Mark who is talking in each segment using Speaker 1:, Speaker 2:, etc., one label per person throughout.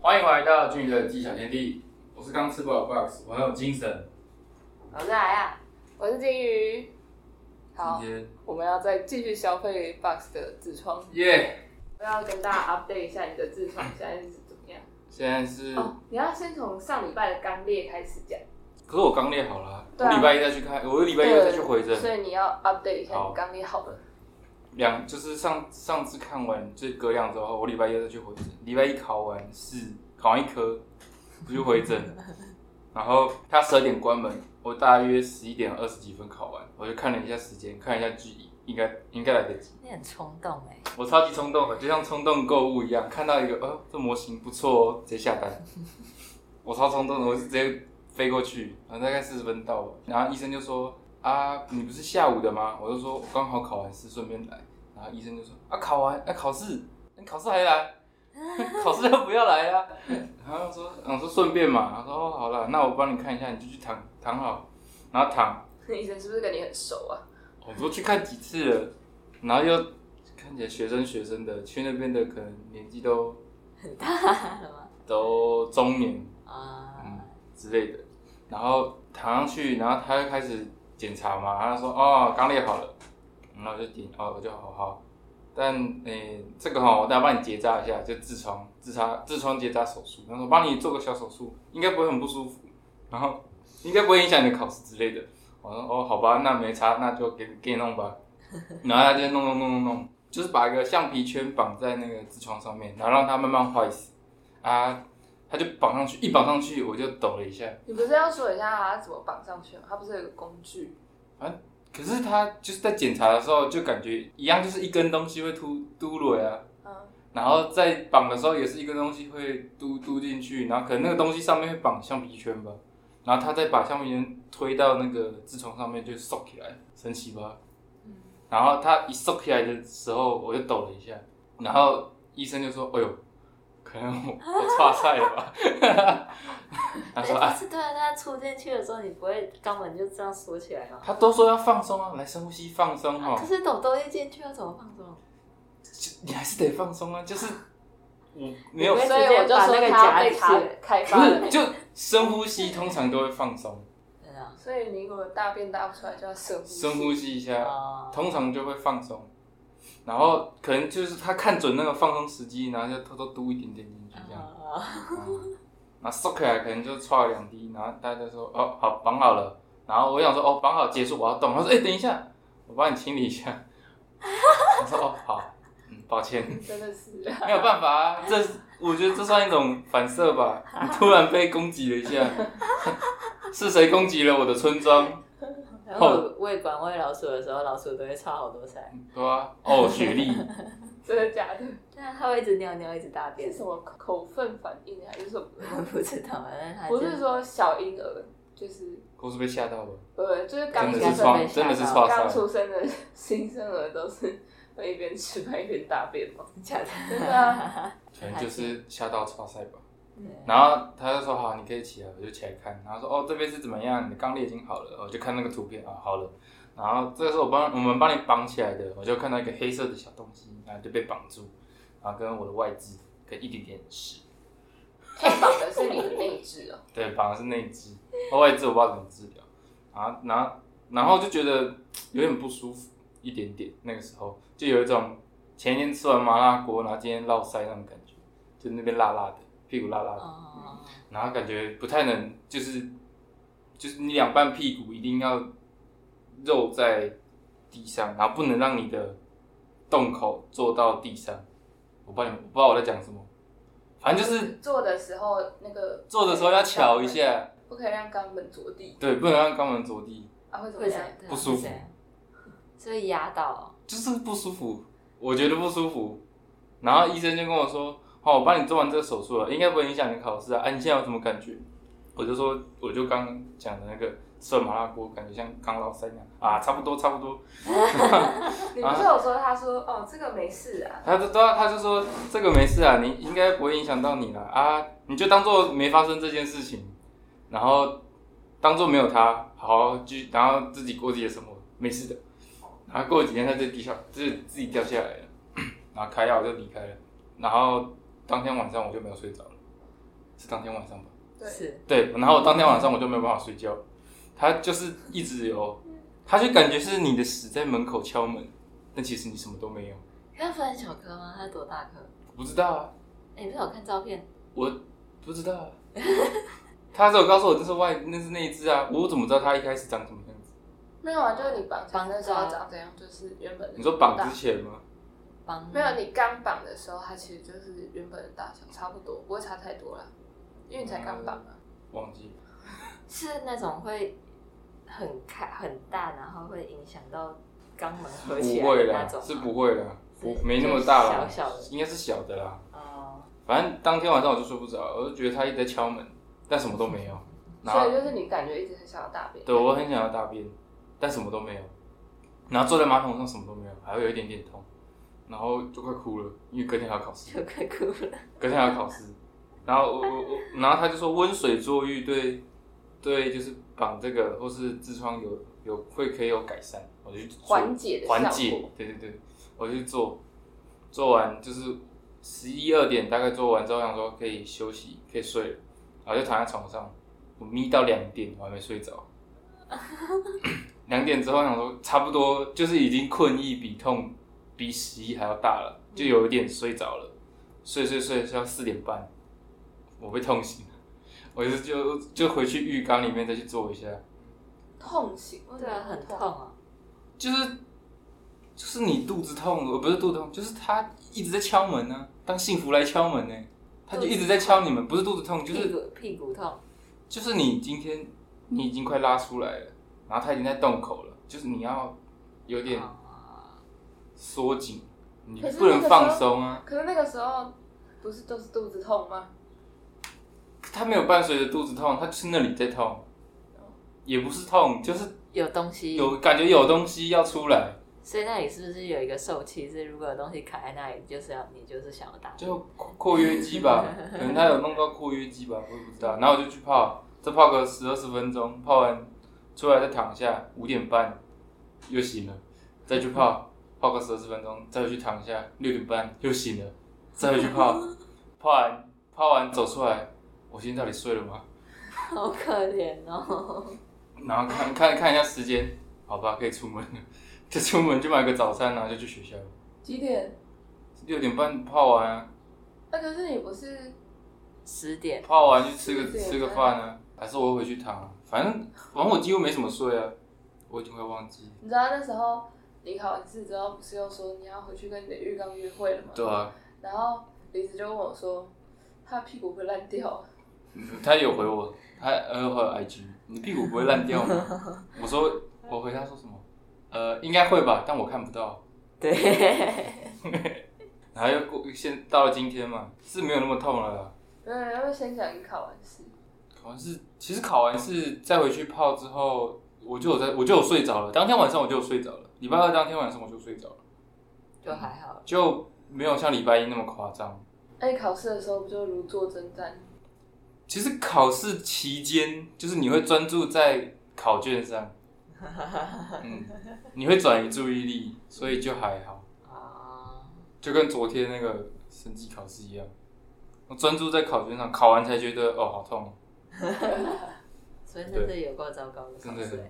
Speaker 1: 欢迎回来到俊宇的技巧天地，我是刚吃饱的 Box，我很有精神。
Speaker 2: 我是来啊，我是金鱼。好
Speaker 1: 今，天
Speaker 2: 我们要再继续消费 Box 的痔疮。
Speaker 1: 耶
Speaker 2: 我要跟大家 update 一下你的痔疮现在是怎么样。
Speaker 1: 现在是，
Speaker 2: 哦，你要先从上礼拜的肛裂开始讲。
Speaker 1: 可是我刚列好了啊，
Speaker 2: 对啊
Speaker 1: 我礼拜一再去看，我礼拜一再去回诊，
Speaker 2: 所以你要 update 一下
Speaker 1: 好
Speaker 2: 你肛裂好了。
Speaker 1: 两就是上上次看完，就隔两周后，我礼拜一再去回诊，礼拜一考完试，考完一科，我就回 诊，然后他十二点关门，我大约十一点二十几分考完，我就看了一下时间，看了一下距离，应该应该来得及。
Speaker 3: 你很冲动哎、
Speaker 1: 我超级冲动的，就像冲动购物一样，看到一个，哦，这模型不错哦，直接下单。 我超冲动的，我就直接飞过去，然后大概四十分到了，然后医生就说啊，你不是下午的吗？我就说我刚好考完试，顺便来。然后医生就说啊，考完，啊考试，你考试还来？ 考试就不要来啦、然后说，然后说顺便嘛，他说哦好了，那我帮你看一下，你就去躺躺好，然后躺，
Speaker 2: 医生是不是跟你很熟啊？
Speaker 1: 哦我都去看几次了，然后又看起来学生学生的，去那边的可能年纪都
Speaker 3: 很大了吗？
Speaker 1: 都中年
Speaker 3: 啊、
Speaker 1: 嗯之类的，然后躺上去，然后他就开始检查嘛，然后他说哦，刚列好了，然后我就点哦，我就好好，但诶、这个哈、我等下帮你结扎一下，就痔疮痔疮痔疮结扎手术，然后说帮你做个小手术，应该不会很不舒服，然后应该不会影响你的考试之类的。我说哦，好吧，那没差，那就给给你弄吧。然后他就弄弄弄弄弄，就是把一个橡皮圈绑在那个痔疮上面，然后让它慢慢坏死啊。他就绑上去，一绑上去我就抖了一下。
Speaker 2: 你不是要说一下他怎么绑上去吗？他不是有个工具？
Speaker 1: 可是他就是在检查的时候，就感觉一样，就是一根东西会突嘟落呀、
Speaker 2: 嗯，
Speaker 1: 然后在绑的时候也是一根东西会嘟嘟进去，然后可能那个东西上面会绑橡皮圈吧，然后他再把橡皮圈推到那个痔疮上面就收起来，神奇吧？然后他一收起来的时候，我就抖了一下，然后医生就说：“哎呦，可能我我 岔赛了吧？”他说：“
Speaker 3: 但
Speaker 1: 哎，
Speaker 3: 是对啊，那戳进去的时候，你不会肛门就这样缩起来吗？
Speaker 1: 他都说要放松啊，来深呼吸放松哈、
Speaker 3: 啊可是抖抖一进去要怎么放松？
Speaker 1: 就你还是得放松啊，就是我没有
Speaker 3: 你会
Speaker 2: 所以我就说他被他开
Speaker 1: 不
Speaker 2: 发
Speaker 1: 是，
Speaker 2: 了
Speaker 1: 就深呼吸，通常都会放松，
Speaker 3: 对啊，
Speaker 2: 所以你如果大便大不出来就要深呼吸。
Speaker 1: 深呼吸一下，
Speaker 3: 哦、
Speaker 1: 通常就会放松。然后可能就是他看准那个放松时机，然后就偷偷嘟一点点进去这样，
Speaker 3: 啊
Speaker 1: 嗯然后缩起来可能就唰了两滴，然后大家就说哦好绑好了，然后我想说哦绑好结束我要动，他说哎、等一下，我帮你清理一下，我说哦好，嗯抱歉。
Speaker 2: 真的是，
Speaker 1: 没有办法啊，这我觉得这算一种反射吧。你突然被攻击了一下， 是谁攻击了我的村庄？
Speaker 3: 然后喂管喂老鼠的时候，老鼠都会插好多塞。
Speaker 1: 对啊，哦，雪莉，
Speaker 2: 真的假的？
Speaker 3: 对啊，它会一直尿尿，一直大便
Speaker 2: 是。什么口粪反应还是什么？
Speaker 3: 我不知道，反正它就
Speaker 2: 不是说小婴儿，就是
Speaker 1: 我是被吓到了，
Speaker 2: 呃，就是刚
Speaker 1: 真的
Speaker 2: 出
Speaker 3: 应该
Speaker 1: 是
Speaker 3: 是
Speaker 2: 生
Speaker 1: 创，
Speaker 3: 被吓
Speaker 1: 真
Speaker 3: 到
Speaker 1: 的是创
Speaker 2: 刚
Speaker 1: 伤。
Speaker 2: 出生的新生儿都是会一边吃饭一边大便 嘛。
Speaker 3: 假的，
Speaker 2: 真的啊
Speaker 1: 可能就是吓到创赛吧。
Speaker 3: 对
Speaker 1: 然后他就说好，你可以起来，我就起来看。然后说哦，这边是怎么样？你的肛裂已经好了，我就看那个图片啊，好了。然后这个是我帮我们帮你绑起来的，我就看到一个黑色的小东西，然后就被绑住，然后跟我的外痔跟一点点屎。
Speaker 2: 他绑的是你的内痔哦，
Speaker 1: 对，反而是那一只，外痔我不知道怎么治疗，然后然后然后就觉得有点不舒服一点点，那个时候就有一种前一天吃完麻辣锅，然后今天落腮那种感觉，就那边辣辣的，屁股辣辣的，
Speaker 3: 哦，
Speaker 1: 然后感觉不太能，就是就是你两半屁股一定要肉在地上，然后不能让你的洞口坐到地上。我不知道你们，我不知道我在讲什么，反正就是
Speaker 2: 做的时候那个
Speaker 1: 做的时候要巧一，下。
Speaker 2: 不可以让肛门着地
Speaker 1: 对，不能让肛门着地，
Speaker 2: 啊，会怎么
Speaker 3: 会这
Speaker 2: 样
Speaker 3: 样？
Speaker 1: 不舒服，
Speaker 3: 对啊会这样所以压到
Speaker 1: 就是不舒服，我觉得不舒服。然后医生就跟我说：“哦，我帮你做完这个手术了，应该不会影响你考试啊。啊，你现在有什么感觉？”我就说，我就刚讲的那个吃完麻辣锅，感觉像刚捞三样啊，差不多差不多。
Speaker 2: 你不是
Speaker 1: 啊
Speaker 2: 有说他说哦这个没事啊，
Speaker 1: 他就对啊，他就说这个没事啊，你应该不会影响到你啦啊，你就当做没发生这件事情，然后当做没有他，好好继续，然后自己过自己的生活，没事的。然后过了几天，他就地下就是自己掉下来了，然后开药就离开了，然后当天晚上我就没有睡着了，是当天晚上吧？
Speaker 2: 对，
Speaker 3: 是
Speaker 1: 对，然后我当天晚上我就没有办法睡觉，他就是一直有，他就感觉是你的屎在门口敲门，但其实你什么都没有，
Speaker 3: 他分很小颗吗？他多大颗？
Speaker 1: 不知道啊，
Speaker 3: 哎、你不是有看照片？
Speaker 1: 我不知道啊，他只有告诉我这是外那是那一只啊，我怎么知道它一开始长什么样子？
Speaker 2: 没有啊，就是你绑绑
Speaker 3: 绑
Speaker 2: 的时候
Speaker 3: 它
Speaker 2: 长怎样，就是原本的
Speaker 1: 你说绑
Speaker 2: 大
Speaker 1: 之前吗？
Speaker 3: 帮
Speaker 2: 没有，你刚绑的时候，它其实就是原本的大小差不多，不会差太多啦，因为你才刚绑啊。
Speaker 1: 忘记了，
Speaker 3: 是那种会很开很大，然后会影响到肛门合起
Speaker 1: 不
Speaker 3: 来
Speaker 1: 会
Speaker 3: 的那
Speaker 1: 啦，
Speaker 3: 种吗
Speaker 1: 是不会啦，不
Speaker 3: 是
Speaker 1: 没那么大
Speaker 3: 就
Speaker 1: 啦，
Speaker 3: 是小小的
Speaker 1: 应该是小的啦。
Speaker 3: 哦，
Speaker 1: 反正当天晚上我就睡不着，我就觉得他一直在敲门，但什么都 没有。然
Speaker 2: 所以
Speaker 1: 后
Speaker 2: 就是你感觉一直很想要大便，
Speaker 1: 对我很想要大便，但什么都没有。然后坐在马桶上什么都没有，还会有一点点痛，然后就快哭了，因为隔天还要考试，
Speaker 3: 就快哭了。
Speaker 1: 隔天还要考试。然后我我我，然后他就说温水坐浴对对，就是绑这个或是痔疮有有会可以有改善，我就去做
Speaker 2: 缓解的效果
Speaker 1: 缓解，对对对，我去做，做完就是十一二点大概做完之后，想说可以休息，可以睡了，然后就躺在床上，我眯到两点，我还没睡 着。两点之后想说差不多就是已经困意比痛比十一还要大了，就有一点睡着了，睡睡睡睡到四点半，我被痛醒了，我就就就回去浴缸里面再去做一下，
Speaker 2: 痛醒，
Speaker 3: 对啊，很痛。啊。
Speaker 1: 就是就是你肚子痛，呃，不是肚子痛，就是他一直在敲门呢、当幸福来敲门呢、他就一直在敲你们，不是肚子痛，就
Speaker 3: 屁
Speaker 1: 是
Speaker 3: 股屁股痛，
Speaker 1: 就是你今天你已经快拉出来了，然后他已经在洞口了，就是你要有点
Speaker 3: 啊
Speaker 1: 缩紧，你
Speaker 2: 可是
Speaker 1: 不能
Speaker 2: 那个
Speaker 1: 放
Speaker 2: 时候
Speaker 1: 松啊。
Speaker 2: 可是那个时候不是都是肚子痛吗？
Speaker 1: 他没有伴随着肚子痛，他就是那里在痛
Speaker 2: 哦，
Speaker 1: 也不是痛，就是
Speaker 3: 有东西，
Speaker 1: 有感觉有东西要出来。
Speaker 3: 所以那里是不是有一个受气？是如果有东西卡在那里，就是要你就是想要打。
Speaker 1: 就括括约肌吧，可能他有弄到括约肌吧，我也不知道。然后我就去泡，再泡个十二十分钟，泡完出来再躺下，五点半又醒了，再去泡，泡个十二十分钟，再回去躺下，六点半又醒了，再回去泡，泡完泡完走出来，我今天到底睡了吗？
Speaker 3: 好可怜哦。
Speaker 1: 然后看看看一下时间，好吧，可以出门了， 就出门就买个早餐，然后就去学校了，
Speaker 2: 几点？
Speaker 1: 六点半泡完、啊。
Speaker 2: 那可是你不是
Speaker 3: 十点，
Speaker 1: 泡完去吃个
Speaker 2: 是不是
Speaker 1: 吃个饭啊，还是我会回去躺啊、反正反正我几乎没什么睡啊，我已经快忘记。
Speaker 2: 你知道那时候你考完试之后，不是又说你要回去跟你的浴缸约会了吗？
Speaker 1: 对啊，
Speaker 2: 然后李子就问我说，他屁股会烂掉啊。
Speaker 1: 他有回我，他呃回我 IG，你屁股不会烂掉吗？我说我回他说什么？呃，应该会吧，但我看不到。
Speaker 3: 对，
Speaker 1: 然后又过现到了今天嘛，是没有那么痛了啦。
Speaker 2: 没有，因为嗯先讲你考完试，
Speaker 1: 考完试，其实考完试再回去泡之后，我就有在我就有睡着了。当天晚上我就有睡着了，礼拜二当天晚上我就睡着了，
Speaker 3: 就还好。
Speaker 1: 就没有像礼拜一那么夸张。
Speaker 2: 哎，你考试的时候不就如坐针毡？
Speaker 1: 其实考试期间，就是你会专注在考卷上，嗯，你会转移注意力，所以就还好，
Speaker 3: 啊，
Speaker 1: 就跟昨天那个审计考试一样，我专注在考卷上，考完才觉得哦好痛，
Speaker 3: 所以真的有够糟糕的考
Speaker 1: 真
Speaker 3: 试
Speaker 1: 的。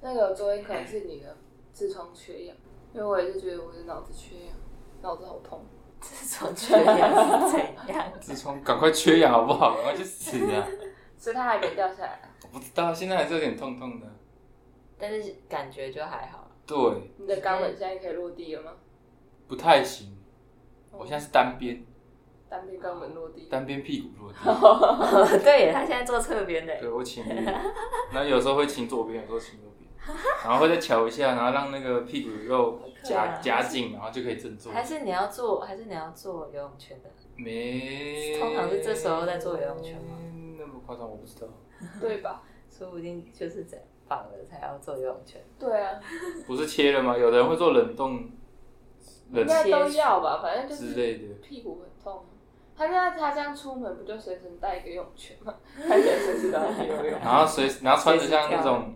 Speaker 2: 那个昨天可能是你的痔疮缺氧，因为我也是觉得我的脑子缺氧，脑子好痛。
Speaker 3: 这种缺氧是怎样？
Speaker 1: 痔疮赶快缺氧好不好？赶快去死啊！
Speaker 2: 所以它还没掉下来啊，
Speaker 1: 我不知道，现在还是有点痛痛的。
Speaker 3: 但是感觉就还好。
Speaker 1: 对，
Speaker 2: 你的肛门现在可以落地了吗？哦
Speaker 1: 不太行，我现在是单边，
Speaker 2: 单边肛门落地，
Speaker 1: 单边屁股落地，
Speaker 3: 对耶，他现在坐侧边的耶。
Speaker 1: 对我倾斜，然后有时候会倾左边，有时候倾右边， 然后会再瞧一下，然后让那个屁股肉夹夹紧，然后就可以振作。
Speaker 3: 还是你要做，还是你要做游泳圈的？
Speaker 1: 没，
Speaker 3: 通常是这时候在做游泳圈吗？
Speaker 1: 那么夸张我不知道，
Speaker 2: 对吧？
Speaker 3: 说不定就是这样绑了才要做游泳圈。
Speaker 2: 对啊，
Speaker 1: 不是切了吗？有的人会做冷冻，冷
Speaker 2: 应该都要吧，反正就
Speaker 1: 之
Speaker 2: 是
Speaker 1: 类的，
Speaker 2: 屁股很痛。他现在他这样出门不就随身带一个泳圈吗？ 他现在随时都要 去游泳。
Speaker 1: 然后随然后穿着像那种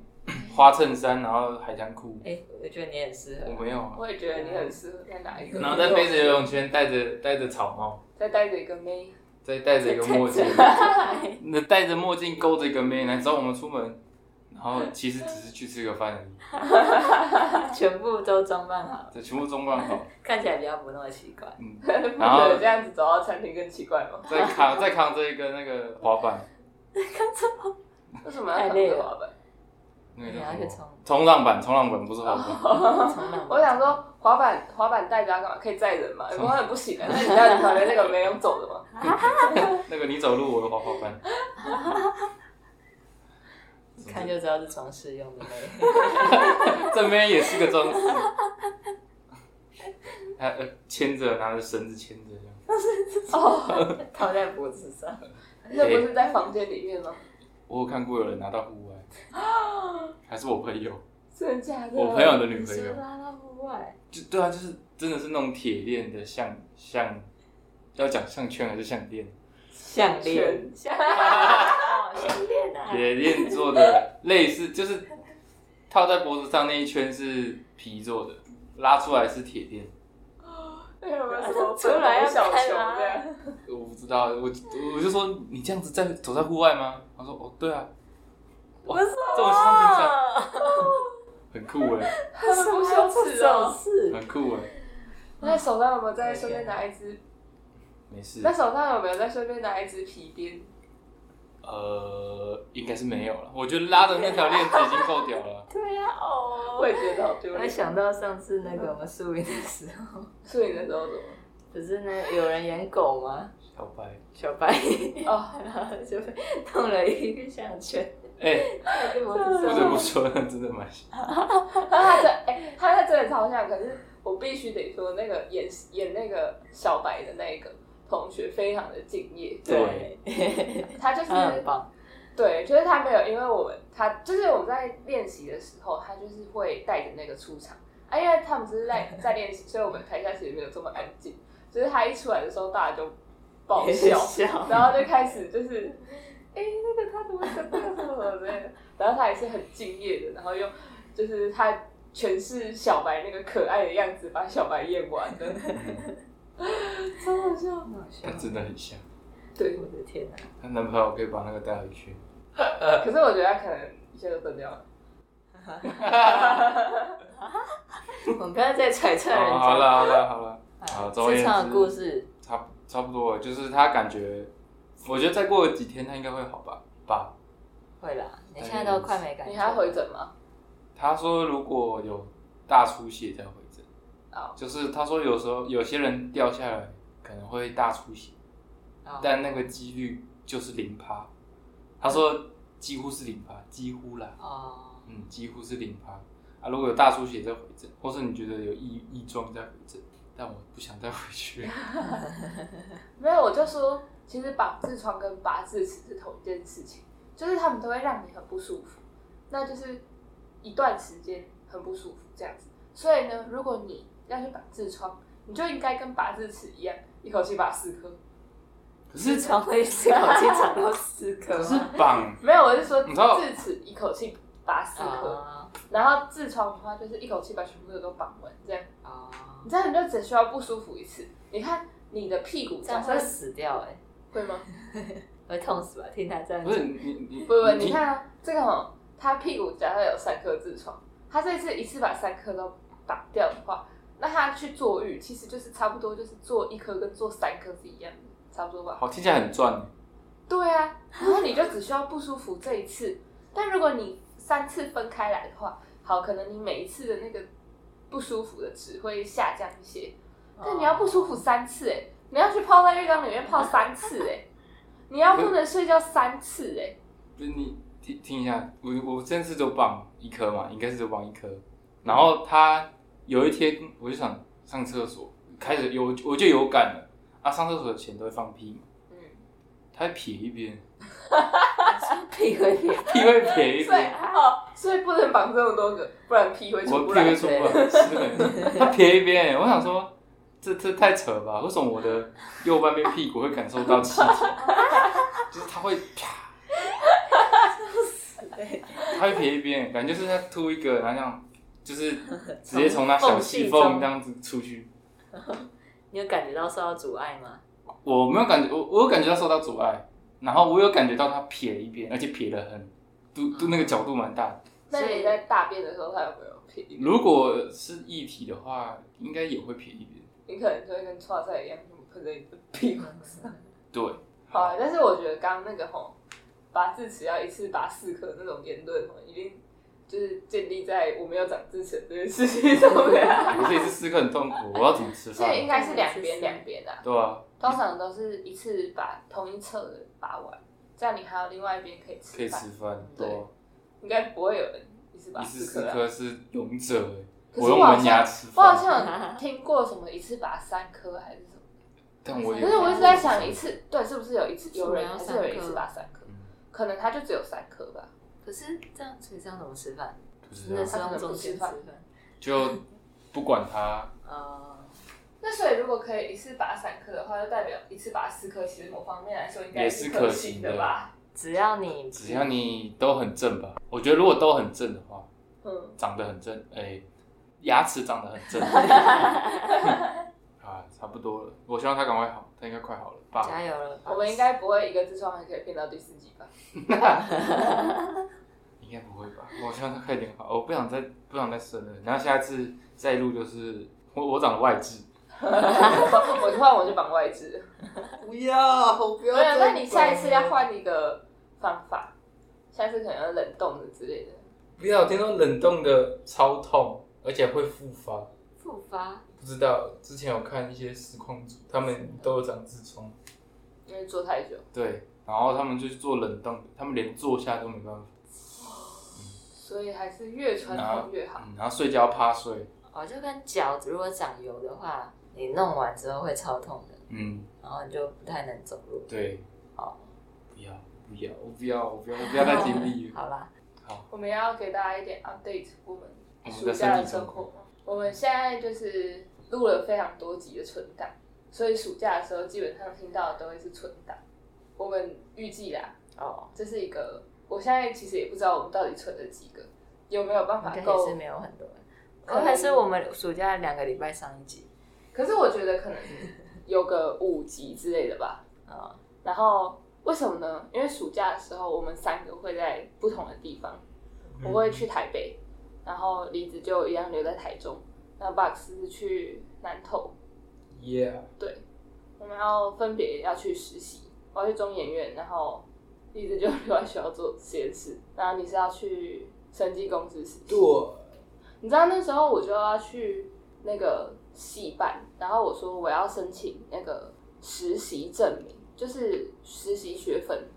Speaker 1: 花衬衫，然后海滩裤，
Speaker 3: 哎、我觉得你很适合
Speaker 1: 我。没有啊，
Speaker 2: 我也觉得你很适合再拿一个，
Speaker 1: 然后再背着游泳圈，戴着戴着草帽，
Speaker 2: 再带着一个妹，
Speaker 1: 再戴 着一个墨镜，那戴着墨镜勾着一个妹来找我们出门，然后其实只是去吃个饭而已，
Speaker 3: 全部都装扮好，
Speaker 1: 这全部装扮好，
Speaker 3: 看起来比较不那么奇 怪。
Speaker 1: 嗯，然
Speaker 2: 不
Speaker 1: 后
Speaker 2: 觉得这样子走到餐厅更奇怪吗？
Speaker 1: 再扛再扛着一个那个滑板，
Speaker 2: 为什么要
Speaker 3: 太
Speaker 2: 扛
Speaker 3: 累
Speaker 2: 着
Speaker 3: 了
Speaker 2: 滑板？
Speaker 1: 那个叫
Speaker 3: 你要去
Speaker 1: 什
Speaker 3: 冲
Speaker 1: 么？冲浪板，冲浪板不是滑板，
Speaker 3: 从那
Speaker 2: 我想说，滑板滑板带着要干嘛？可以载 人嘛？你滑板不行啊，那你带你旁边那个没用走的吗？
Speaker 1: 那个你走路，我的滑滑板。
Speaker 3: 看就知道是装饰用 的嘞。
Speaker 1: 这边也是个装饰，还呃牵着拿着绳子牵着这样，
Speaker 3: 哦，套在脖子上，
Speaker 2: 那不是在房间里面吗？
Speaker 1: 我有看过有人拿到户外，还是我朋友，
Speaker 2: 真的假的？
Speaker 1: 我朋友的女
Speaker 3: 你
Speaker 1: 朋
Speaker 3: 说
Speaker 1: 友，
Speaker 3: 拉到户外，
Speaker 1: 就对啊，就是真的是那种铁链的项项，要讲项圈还是项链？
Speaker 3: 项链，
Speaker 2: 全家
Speaker 3: 哦，项链啊，
Speaker 1: 铁链做的类似，就是套在脖子上那一圈是皮做的，拉出来是铁链。
Speaker 2: 那有没有什么
Speaker 3: 哎出来要
Speaker 2: 小
Speaker 3: 干
Speaker 2: 球
Speaker 3: 嘛
Speaker 2: 这样？
Speaker 1: 我不知道，我我就说你这样子在走在户外吗？他说哦对啊，哇
Speaker 3: 不是我，
Speaker 1: 这种是他平常很酷哎、
Speaker 2: 很不
Speaker 3: 要
Speaker 2: 羞耻
Speaker 3: 做
Speaker 2: 哦。
Speaker 3: 事？。
Speaker 1: 很酷哎、
Speaker 2: 那手上有没有再顺便拿一支？
Speaker 1: 没事
Speaker 2: 那。手上有没有再顺便拿一支皮鞭？
Speaker 1: 呃，应该是没有了。我觉得拉的那条链子已经够屌了
Speaker 3: 对呀，哦，
Speaker 2: 我也觉得好丢
Speaker 3: 我
Speaker 2: 脸。
Speaker 3: 想到上次那个我们宿营的时候，
Speaker 2: 所以那时候怎么？
Speaker 3: 不是那有人演狗吗？
Speaker 1: 小白，
Speaker 3: 小白
Speaker 2: 哦，
Speaker 3: 然后就被弄了一个项圈
Speaker 1: 哎、
Speaker 3: 在脖 子
Speaker 1: 不得
Speaker 3: 上，
Speaker 1: 不说，那真的蛮像……
Speaker 2: 他真哎，他那真的超像，可是我必须得说，那个演演那个小白的那个同学非常的敬业，
Speaker 3: 对，
Speaker 2: 他就是
Speaker 3: 他嗯很棒，，
Speaker 2: 对，就是他没有，因为我们他就是我们在练习的时候，他就是会带着那个出场啊，因为他们只是在在练习，所以我们台下其实没有这么安静，只是他一出来的时候，大家就爆笑
Speaker 3: 笑
Speaker 2: 然后就开始就是，哎、那个他怎么怎么怎么之类的，然后他也是很敬业的，然后又就是他诠释小白那个可爱的样子，把小白演完的， 超好笑，
Speaker 3: 很好笑
Speaker 1: 那真的很像。
Speaker 2: 对，
Speaker 3: 我的天哪！
Speaker 1: 她男朋友可以把那个带回去。
Speaker 2: 呃可是我觉得他可能一下就分掉了。
Speaker 3: 我们不要再揣测人
Speaker 1: 好
Speaker 3: 家。
Speaker 1: 哦好了，好了，好了，好总而言
Speaker 3: 职
Speaker 1: 之
Speaker 3: 场的故事，
Speaker 1: 差差不多了。就是她感觉，我觉得再过几天她应该会好吧？吧？
Speaker 3: 会啦，你现在都快没感觉。
Speaker 2: 你还要回诊吗？
Speaker 1: 她说如果有大出血再回诊。
Speaker 2: 哦
Speaker 1: 就是她说有时候有些人掉下来可能会大出血，
Speaker 2: 啊
Speaker 3: 哦？
Speaker 1: 但那个几率就是零趴。她说几乎是零趴，几乎啦。
Speaker 3: 哦，
Speaker 1: 嗯，几乎是零趴啊。如果有大出血再回诊，或是你觉得有异异状再回诊，但我不想再回 去。
Speaker 2: 没有，我就说，其实绑痔疮跟拔智齿是同一件事情，就是他们都会让你很不舒服，那就是一段时间很不舒服这样子。所以呢，如果你要去绑痔疮，你就应该跟拔智齿一样，一口气拔四颗。
Speaker 1: 可
Speaker 3: 痔
Speaker 1: 是
Speaker 3: 疮会是口气长到四颗
Speaker 1: 可是
Speaker 3: 吗？
Speaker 1: 绑
Speaker 2: 没有，我是说
Speaker 1: 你知道
Speaker 2: 智齿一口气拔四颗，
Speaker 3: 哦
Speaker 2: 然后痔疮的话就是一口气把全部的都绑完，这样，
Speaker 3: 哦，
Speaker 2: 你这样你就只需要不舒服一次。你看你的屁股，
Speaker 3: 这样
Speaker 2: 假
Speaker 3: 会
Speaker 2: 设
Speaker 3: 死掉哎，
Speaker 2: 会吗？
Speaker 3: 会痛死吧？听他这样
Speaker 1: 不是
Speaker 3: 讲，
Speaker 1: 你你
Speaker 2: 不不，你看啊，这个哦，他屁股假设有三颗痔疮，他这次一次把三颗都绑掉的话，那他去坐浴其实就是差不多就是做一颗跟做三颗是一样的，差不多吧？
Speaker 1: 好听起来很赚，
Speaker 2: 对啊，然后你就只需要不舒服这一次，但如果你三次分开来的话，好，可能你每一次的那个不舒服的值会下降一些，但你要不舒服三次哎、你要去泡在浴缸里面泡三次哎、你要不能睡觉三次哎、
Speaker 1: 就是你听听一下，我我这次就绑一颗嘛，应该是就绑一颗。然后他有一天我就想上厕所，开始有我就有感了啊，上厕所前都会放屁嘛，
Speaker 2: 嗯。
Speaker 1: 他会撇一边，
Speaker 3: 屁啊会裂，
Speaker 1: 屁会撇一
Speaker 2: 所以
Speaker 1: 边。
Speaker 2: 哦，所以不能绑这么多个，不然屁会
Speaker 1: 我
Speaker 2: 出不
Speaker 1: 撇
Speaker 2: 来
Speaker 1: 会。出不来，是他撇一边、我想说，这这太扯了吧？为什么我的右半边屁股会感受到气体？就是他会啪，他会撇一边，感觉就是他凸一个，然后这样，就是直接从那小细缝这样子出去。
Speaker 3: 你有感觉到受到阻碍吗？
Speaker 1: 我没有感觉，我我有感觉到受到阻碍，然后我有感觉到它撇了一边，而且撇的很，都都那个角度蛮大的。
Speaker 2: 那你在大便的时候，它有没有撇？
Speaker 1: 如果是液体的话，应该也会撇一边。
Speaker 2: 你可能就会跟刷菜一样，全部喷在你的屁股上。
Speaker 1: 对，
Speaker 2: 好啊，但是我觉得刚刚那个吼，拔智齿要一次拔四颗那种言论吼，一定就是建立在我没有长智齿的这件事情上 面啊。
Speaker 1: 我这一次思考很痛苦，我要怎么吃
Speaker 2: 所
Speaker 1: 饭？
Speaker 2: 以应该是 两边两边的啊，
Speaker 1: 对啊，
Speaker 2: 通常都是一次把同一侧的拔完，这样你还有另外一边可以
Speaker 1: 可
Speaker 2: 吃
Speaker 1: 以
Speaker 2: 饭
Speaker 1: 吃。饭，
Speaker 2: 对
Speaker 1: 对啊，
Speaker 2: 应该不会有人一次拔
Speaker 1: 一次
Speaker 2: 四
Speaker 1: 四
Speaker 2: 颗啊。
Speaker 1: 颗是勇者欸，
Speaker 2: 可是
Speaker 1: 用
Speaker 2: 我好
Speaker 1: 门牙
Speaker 2: 像
Speaker 1: 吃
Speaker 2: 我好
Speaker 1: 饭，
Speaker 2: 像有听过什么一次拔三颗还是什么。
Speaker 1: 但我也
Speaker 2: 可是我一直在想，一次对是不是有一次有人
Speaker 3: 为
Speaker 2: 还
Speaker 3: 什
Speaker 2: 是
Speaker 3: 么要
Speaker 2: 有
Speaker 3: 三
Speaker 2: 人一次
Speaker 3: 颗
Speaker 2: 拔三颗
Speaker 1: 嗯？
Speaker 2: 可能他就只有三颗吧。
Speaker 3: 可是这样，所以这样怎么吃饭？
Speaker 1: 不知
Speaker 3: 真的
Speaker 1: 道
Speaker 3: 是用中间吃
Speaker 2: 他
Speaker 3: 饭
Speaker 2: 可。
Speaker 1: 就不管它，
Speaker 3: 呃，
Speaker 2: 那所以如果可以一次拔三颗的话，就代表一次拔四颗，其实某方面来说应该
Speaker 1: 也是
Speaker 2: 可
Speaker 1: 可
Speaker 2: 行
Speaker 1: 行
Speaker 2: 的
Speaker 1: 的
Speaker 2: 吧？
Speaker 3: 只要你
Speaker 1: 只要你都很正吧。我觉得如果都很正的话，
Speaker 2: 嗯，
Speaker 1: 长得很正，哎、牙齿长得很 正，啊，差不多了。我希望它赶快好，它应该快好了吧？
Speaker 3: 加油了吧，
Speaker 4: 哦
Speaker 2: 我们应该不会一个痔疮还可以变到第四集吧？
Speaker 1: 应该不会吧？我希望它快点好，我不想再不想再生了。然后下一次再录就是我我长得外痔，
Speaker 2: 我换我就绑外痔了，
Speaker 4: 不要，我不
Speaker 2: 没
Speaker 4: 要。
Speaker 3: 啊
Speaker 2: 有，那你下一次要，换一个方法，下次可能要冷冻的之类的。
Speaker 1: 不要听说冷冻的超痛，而且会复发。
Speaker 3: 复发，
Speaker 1: 不知道，之前有看一些实况组，他们都有长痔疮，
Speaker 2: 因为做太久，
Speaker 1: 对，然后他们就去做冷冻的，他们连坐下都没办法，
Speaker 2: 所以还是越传统越好。
Speaker 1: 嗯，然后睡觉趴睡，
Speaker 3: 哦，就跟脚如果长油的话，你弄完之后会超痛的，
Speaker 1: 嗯，
Speaker 3: 然后你就不太能走路。
Speaker 1: 对，
Speaker 3: 好，
Speaker 1: 不要不要，我不要我不要我不要再经历
Speaker 2: 啊
Speaker 1: 了，
Speaker 3: 好啦，
Speaker 2: 我们要给大家一点 update 我们
Speaker 1: 我们
Speaker 2: 暑
Speaker 1: 的
Speaker 2: 假
Speaker 1: 身
Speaker 2: 的
Speaker 1: 体
Speaker 2: 生
Speaker 1: 状况
Speaker 2: 活。我们现在就是录了非常多集的存档，所以暑假的时候基本上听到的都会是存档。我们预计啦，
Speaker 3: 哦，
Speaker 2: 这是一个，我现在其实也不知道我们到底存了几个，有没有办
Speaker 3: 应
Speaker 2: 法
Speaker 3: 该也
Speaker 2: 够
Speaker 3: 是？没有很多人，
Speaker 2: 可能
Speaker 3: 哦，还是我们暑假两个礼拜上一集，
Speaker 2: 可是我觉得可能有个五集之类的吧。
Speaker 3: 啊、
Speaker 2: 然后为什么呢？因为暑假的时候，我们三个会在不同的地方，
Speaker 1: 嗯
Speaker 2: 我会去台北，然后梨子就一样留在台中，那 Box 是去南投，
Speaker 1: ，Yeah，
Speaker 2: 对，我们要分别要去实习，我要去中研院，然后梨子就留在学校做实验室，然后你是要去审计公司实习，
Speaker 1: 对，
Speaker 2: 你知道那时候我就要去那个戏办，然后我说我要申请那个实习证明，就是实习学分，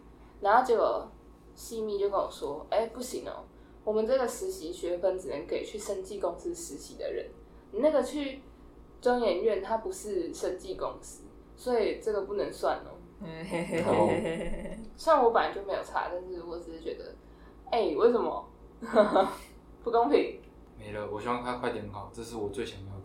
Speaker 2: 然后结果戏密就跟我说，哎、不行哦，我们这个实习学分只能给去生技公司实习的人，你那个去中研院它不是生技公司，所以这个不能算哦。
Speaker 3: 嗯嘿嘿
Speaker 1: 好
Speaker 3: 嘿，
Speaker 2: 虽然我本来就没有查，但是我只是觉得，哎、为什么 不公平？
Speaker 1: 没了，我希望它快点好，这是我最想要的，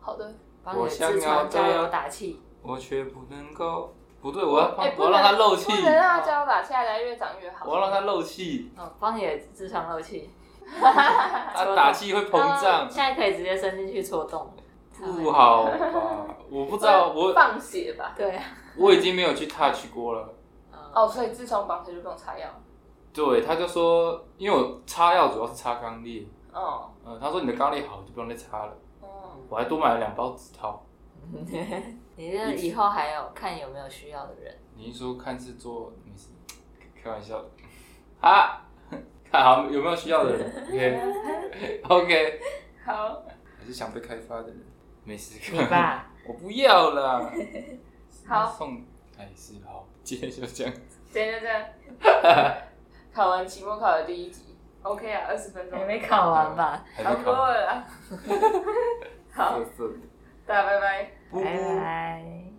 Speaker 2: 好的。
Speaker 3: 帮你的
Speaker 1: 我想
Speaker 3: 痔疮
Speaker 1: 要
Speaker 3: 加油
Speaker 1: 的
Speaker 3: 打气，
Speaker 1: 嗯我却不能够，不对，我要放、
Speaker 2: 哎、
Speaker 1: 我
Speaker 2: 不
Speaker 1: 要
Speaker 2: 能
Speaker 1: 让它漏气
Speaker 2: 不，能让它交打，下来越长越好。
Speaker 1: 我要让它漏气，
Speaker 3: 哦，帮你的痔疮漏 气，
Speaker 1: 它打气会膨胀，
Speaker 3: 现在可以直接伸进去戳洞，
Speaker 1: 不好吧？我不知道，我
Speaker 2: 放血吧。
Speaker 3: 对啊，
Speaker 1: 我已经没有去 touch 过了。
Speaker 2: 哦，所以痔疮绑起就不用擦药。
Speaker 1: 对，他就说，因为我擦药主要是擦肛裂，
Speaker 2: 哦，
Speaker 1: 呃，他说你的肛裂好就不用再擦了，
Speaker 2: 哦，
Speaker 1: 我还多买了两包指套。
Speaker 3: 你这以后还有看有没有需要的人，
Speaker 1: 你一说看是做没事，开玩笑的 啊，看 好有没有需要的 人，OK OK，
Speaker 2: 好，
Speaker 1: 还是想被开发的人，没事，
Speaker 3: 你吧，
Speaker 1: 我不要啦，
Speaker 2: 好
Speaker 1: 送哎是好，今天就这样，
Speaker 2: 今天就这样。 考完期末考的第一集，OK 啊，二十分钟
Speaker 3: 还，没考完吧？
Speaker 1: 还
Speaker 2: 差
Speaker 1: 没
Speaker 2: 不多
Speaker 1: 考，
Speaker 2: 了啦。好，
Speaker 1: 色色的，
Speaker 2: 大家拜拜。
Speaker 1: 拜
Speaker 3: 拜拜。